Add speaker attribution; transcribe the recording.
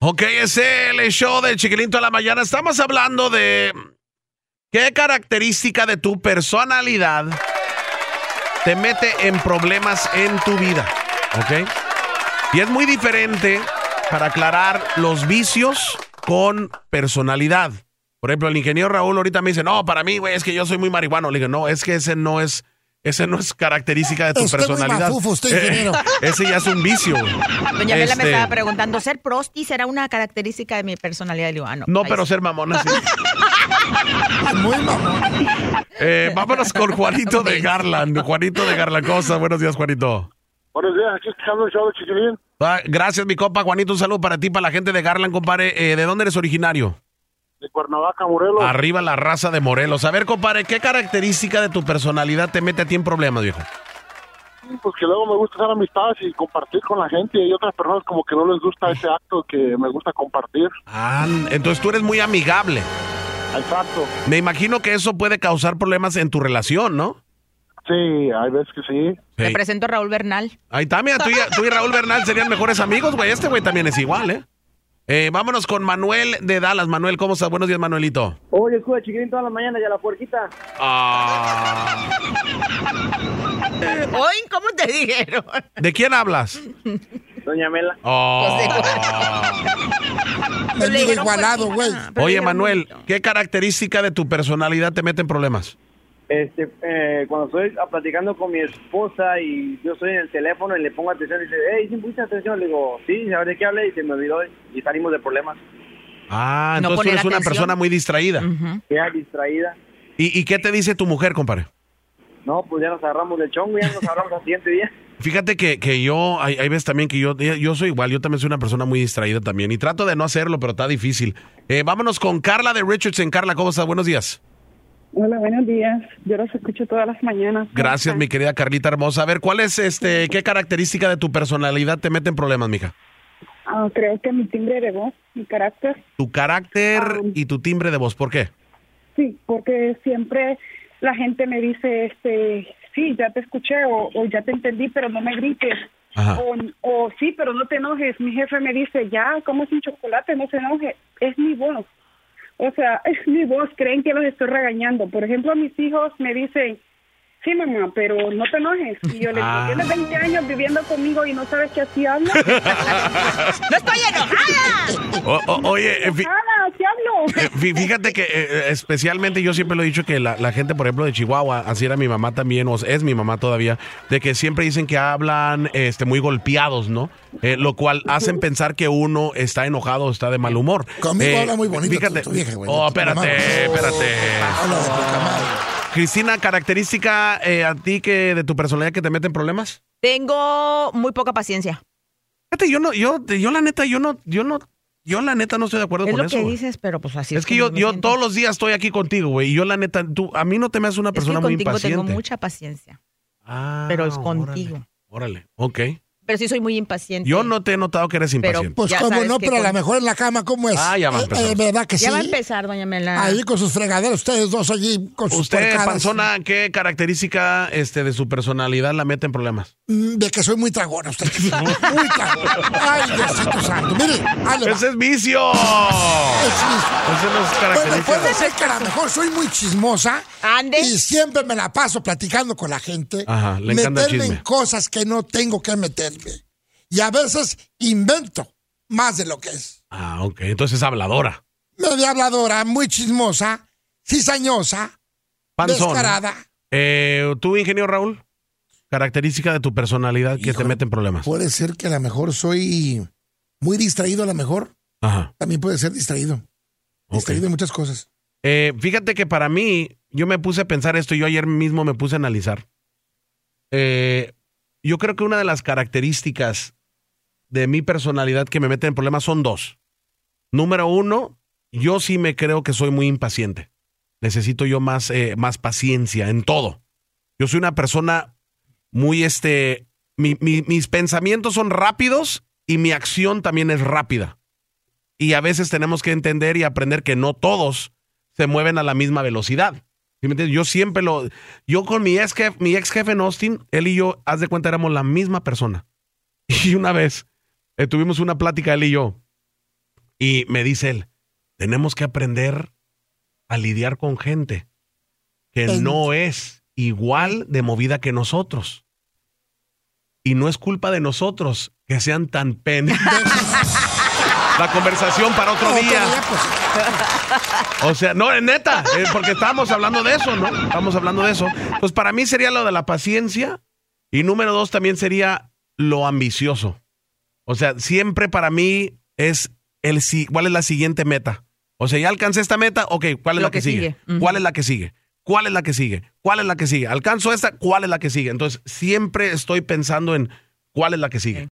Speaker 1: Ok, es el show del Chiquilinto a la Mañana. Estamos hablando de qué característica de tu personalidad te mete en problemas en tu vida. ¿Ok? Y es muy diferente para aclarar los vicios con personalidad. Por ejemplo, el ingeniero Raúl ahorita me dice, no, para mí, güey, es que yo soy muy marihuano. Le digo, no, es que ese no es, ese no es característica de tu
Speaker 2: Usted muy
Speaker 1: personalidad.
Speaker 2: mafufo, usted, ingeniero.
Speaker 1: ese ya es un vicio. güey.
Speaker 3: Doña Mela me
Speaker 1: Este,
Speaker 3: estaba preguntando, ¿ser prosti será una característica de mi personalidad? Y le digo, ah, no.
Speaker 1: No,
Speaker 3: Ahí
Speaker 1: pero
Speaker 3: sí.
Speaker 1: ser mamona sí.
Speaker 2: Muy mamón.
Speaker 1: Eh, vámonos con Juanito de Garland. Juanito de Garland Cosa. Buenos días, Juanito.
Speaker 4: Buenos días, aquí escuchando el show de Chiquilín.
Speaker 1: Ah, gracias, mi compa. Juanito, un saludo para ti, para la gente de Garland, compadre. Eh, ¿De dónde eres originario?
Speaker 4: de Cuernavaca, Morelos.
Speaker 1: Arriba la raza de Morelos. A ver, compadre, ¿qué característica de tu personalidad te mete a ti en problemas, viejo?
Speaker 4: Pues que luego me gusta hacer amistades y compartir con la gente. Y otras personas como que no les gusta ese acto que me gusta compartir.
Speaker 1: Ah, entonces tú eres muy amigable.
Speaker 4: Exacto.
Speaker 1: Me imagino que eso puede causar problemas en tu relación, ¿no?
Speaker 4: Sí, hay veces que sí.
Speaker 3: Te
Speaker 1: Sí.
Speaker 3: presento a Raúl Bernal.
Speaker 1: Ahí está, mira, tú y, tú y Raúl Bernal serían mejores amigos, güey. Este güey también es igual, ¿eh? Eh, Vámonos con Manuel de Dallas. Manuel, ¿cómo estás? Buenos días, Manuelito.
Speaker 5: Oye, escucha, chiquitín toda la mañana y a la puerquita.
Speaker 1: Ah,
Speaker 3: Hoy, ¿cómo te dijeron?
Speaker 1: ¿De quién hablas?
Speaker 5: Doña Mela.
Speaker 3: Pues
Speaker 1: Ah.
Speaker 3: Le
Speaker 2: Mendigo
Speaker 3: dijeron
Speaker 2: igualado,
Speaker 3: puerquita,
Speaker 2: güey.
Speaker 3: pero
Speaker 1: Oye,
Speaker 3: dijeron
Speaker 1: Manuel,
Speaker 3: bonito.
Speaker 1: ¿qué característica de tu personalidad te mete en problemas?
Speaker 5: Este, eh, cuando estoy a- platicando con mi esposa y yo estoy en el teléfono y le pongo atención y dice, hey, ¿sí me pusiste atención? Le digo, sí, a ver de qué habla y se me olvidó y salimos de problemas.
Speaker 1: Ah,
Speaker 3: No
Speaker 1: entonces tú
Speaker 3: poner
Speaker 1: eres una
Speaker 3: atención. Mm.
Speaker 1: persona muy distraída.
Speaker 3: Ujú.
Speaker 5: Queda distraída.
Speaker 1: ¿Y, y qué te dice tu mujer, compadre?
Speaker 5: No, pues ya nos agarramos del chongo, ya nos agarramos al siguiente día.
Speaker 1: Fíjate que, que yo, hay, hay veces también que yo, yo soy igual, yo también soy una persona muy distraída también y trato de no hacerlo, pero está difícil. Eh, vámonos con Carla de Richardson. Carla, ¿cómo estás? Buenos días.
Speaker 6: Hola, buenos días. Yo los escucho todas las mañanas.
Speaker 1: Gracias, mi querida Carlita hermosa. A ver, ¿cuál es este, qué característica de tu personalidad te mete en problemas, mija?
Speaker 6: Ah, creo que mi timbre de voz, mi carácter,
Speaker 1: Tu carácter y tu timbre de voz, ¿por qué?
Speaker 6: sí, porque siempre la gente me dice, este, sí, ya te escuché o, o ya te entendí, pero no me grites.
Speaker 1: Ajá.
Speaker 6: O, o sí, pero no te enojes. Mi jefe me dice, ya, como es un chocolate, no se enoje. Es mi voz. O sea, es mi voz. Creen que los estoy regañando. Por ejemplo, mis hijos me dicen, sí, mamá, pero no te enojes. Y yo les digo,
Speaker 1: Ah.
Speaker 6: tienes 20 años viviendo conmigo y no sabes que así hablas.
Speaker 3: ¡No estoy enojada!
Speaker 1: O- o- oye, en fin-
Speaker 6: Nada, ¿qué hablo?
Speaker 1: Eh, fí- Fíjate que eh, eh, especialmente yo siempre lo he dicho que la, la gente, por ejemplo, de Chihuahua, así era mi mamá también, o es mi mamá todavía, de que siempre dicen que hablan este, muy golpeados, ¿no? Eh, lo cual hacen pensar que uno está enojado o está de mal humor.
Speaker 2: Conmigo
Speaker 1: Eh,
Speaker 2: habla muy bonito tu-
Speaker 1: Fíjate.
Speaker 2: tu vieja, güey.
Speaker 1: Oh,
Speaker 2: Tu
Speaker 1: espérate,
Speaker 2: mamá, güey.
Speaker 1: espérate.
Speaker 2: Habla Ah, de tu camarada.
Speaker 1: Cristina, característica eh, a ti que de tu personalidad que te meten problemas.
Speaker 3: Tengo muy poca paciencia.
Speaker 1: Fíjate, yo no, yo, yo la neta, yo no, yo no, yo la neta no estoy de acuerdo
Speaker 3: Es
Speaker 1: con
Speaker 3: lo
Speaker 1: eso.
Speaker 3: que
Speaker 1: güey.
Speaker 3: dices, pero pues así
Speaker 1: es que yo,
Speaker 3: como me
Speaker 1: yo
Speaker 3: siento.
Speaker 1: todos los días estoy aquí contigo, güey. Y yo, la neta, tú, a mí no te me haces una
Speaker 3: Es que
Speaker 1: persona muy
Speaker 3: contigo
Speaker 1: impaciente.
Speaker 3: tengo mucha paciencia,
Speaker 1: Ah,
Speaker 3: pero es
Speaker 1: órale,
Speaker 3: contigo.
Speaker 1: Órale, ok.
Speaker 3: Pero sí soy muy impaciente.
Speaker 1: Yo no te he notado que eres
Speaker 3: Pero-
Speaker 1: impaciente.
Speaker 2: Pues
Speaker 3: Ya
Speaker 2: cómo
Speaker 3: sabes
Speaker 2: no,
Speaker 3: que
Speaker 2: pero a lo
Speaker 3: con-
Speaker 2: mejor en la cama, ¿cómo es?
Speaker 1: Ah, ya va a
Speaker 2: Eh,
Speaker 1: empezar.
Speaker 2: eh, ¿Verdad que
Speaker 3: Ya
Speaker 2: sí?
Speaker 3: va a empezar, doña Mela.
Speaker 2: Ahí con sus fregaderas, ustedes dos allí con sus
Speaker 1: Usted,
Speaker 2: puercadas.
Speaker 1: persona, ¿qué característica este, de su personalidad la mete en problemas?
Speaker 2: Mm, De que soy muy tragona, usted. muy tragona. Ay, Diosito santo. Mire, ahí le va.
Speaker 1: ¡Ese es vicio!
Speaker 2: Es mis-
Speaker 3: Pues
Speaker 1: Esa no es
Speaker 2: Bueno, puede
Speaker 1: característica.
Speaker 2: ser que a lo mejor soy muy chismosa
Speaker 3: Ande.
Speaker 2: y siempre me la paso platicando con la gente.
Speaker 1: Ajá, le encanta el
Speaker 2: meterme
Speaker 1: chisme.
Speaker 2: en cosas que no tengo que meterme. Y a veces invento más de lo que es.
Speaker 1: Ah, ok. Entonces, habladora.
Speaker 2: Media habladora, muy chismosa, cizañosa,
Speaker 1: Panzón.
Speaker 2: descarada.
Speaker 1: Eh, ¿Tú, ingeniero Raúl? Característica de tu personalidad que te
Speaker 2: Híjole.
Speaker 1: mete en problemas.
Speaker 2: Puede ser que a lo mejor soy muy distraído, a lo mejor.
Speaker 1: Ajá.
Speaker 2: También puede ser distraído.
Speaker 1: ok.
Speaker 2: Distraído en muchas cosas.
Speaker 1: Eh, fíjate que para mí, yo me puse a pensar esto y yo ayer mismo me puse a analizar. Eh, yo creo que una de las características de mi personalidad que me meten en problemas son dos. Número uno, yo sí me creo que soy muy impaciente. Necesito yo más, eh, más paciencia en todo. Yo soy una persona muy, este, mi- mi- mis pensamientos son rápidos y mi acción también es rápida. Y a veces tenemos que entender y aprender que no todos se mueven a la misma velocidad. ¿Sí me entiendes? Yo siempre lo. Yo con mi ex jefe, mi ex jefe en Austin, él y yo, haz de cuenta, éramos la misma persona. Y una vez eh, tuvimos una plática, él y yo, Y me dice él, tenemos que aprender a lidiar con gente que
Speaker 2: Ent-
Speaker 1: no es igual de movida que nosotros. Y no es culpa de nosotros que sean tan pene. La conversación para otro
Speaker 2: Otro
Speaker 1: día.
Speaker 2: día, pues.
Speaker 1: O sea, no, es neta, eh, porque estábamos hablando de eso, ¿no? Estábamos hablando de eso. Pues para mí sería lo de la paciencia y número dos también sería lo ambicioso. O sea, siempre para mí es el si- cuál es la siguiente meta. O sea, ya alcancé esta meta, ok, ¿cuál es
Speaker 3: Lo
Speaker 1: la que,
Speaker 3: que
Speaker 1: sigue?
Speaker 3: sigue. Ujú.
Speaker 1: ¿Cuál es la que sigue? ¿Cuál es la que sigue? ¿Cuál es la que sigue? ¿Alcanzo esta? ¿Cuál es la que sigue? Entonces, siempre estoy pensando en cuál es la que sigue.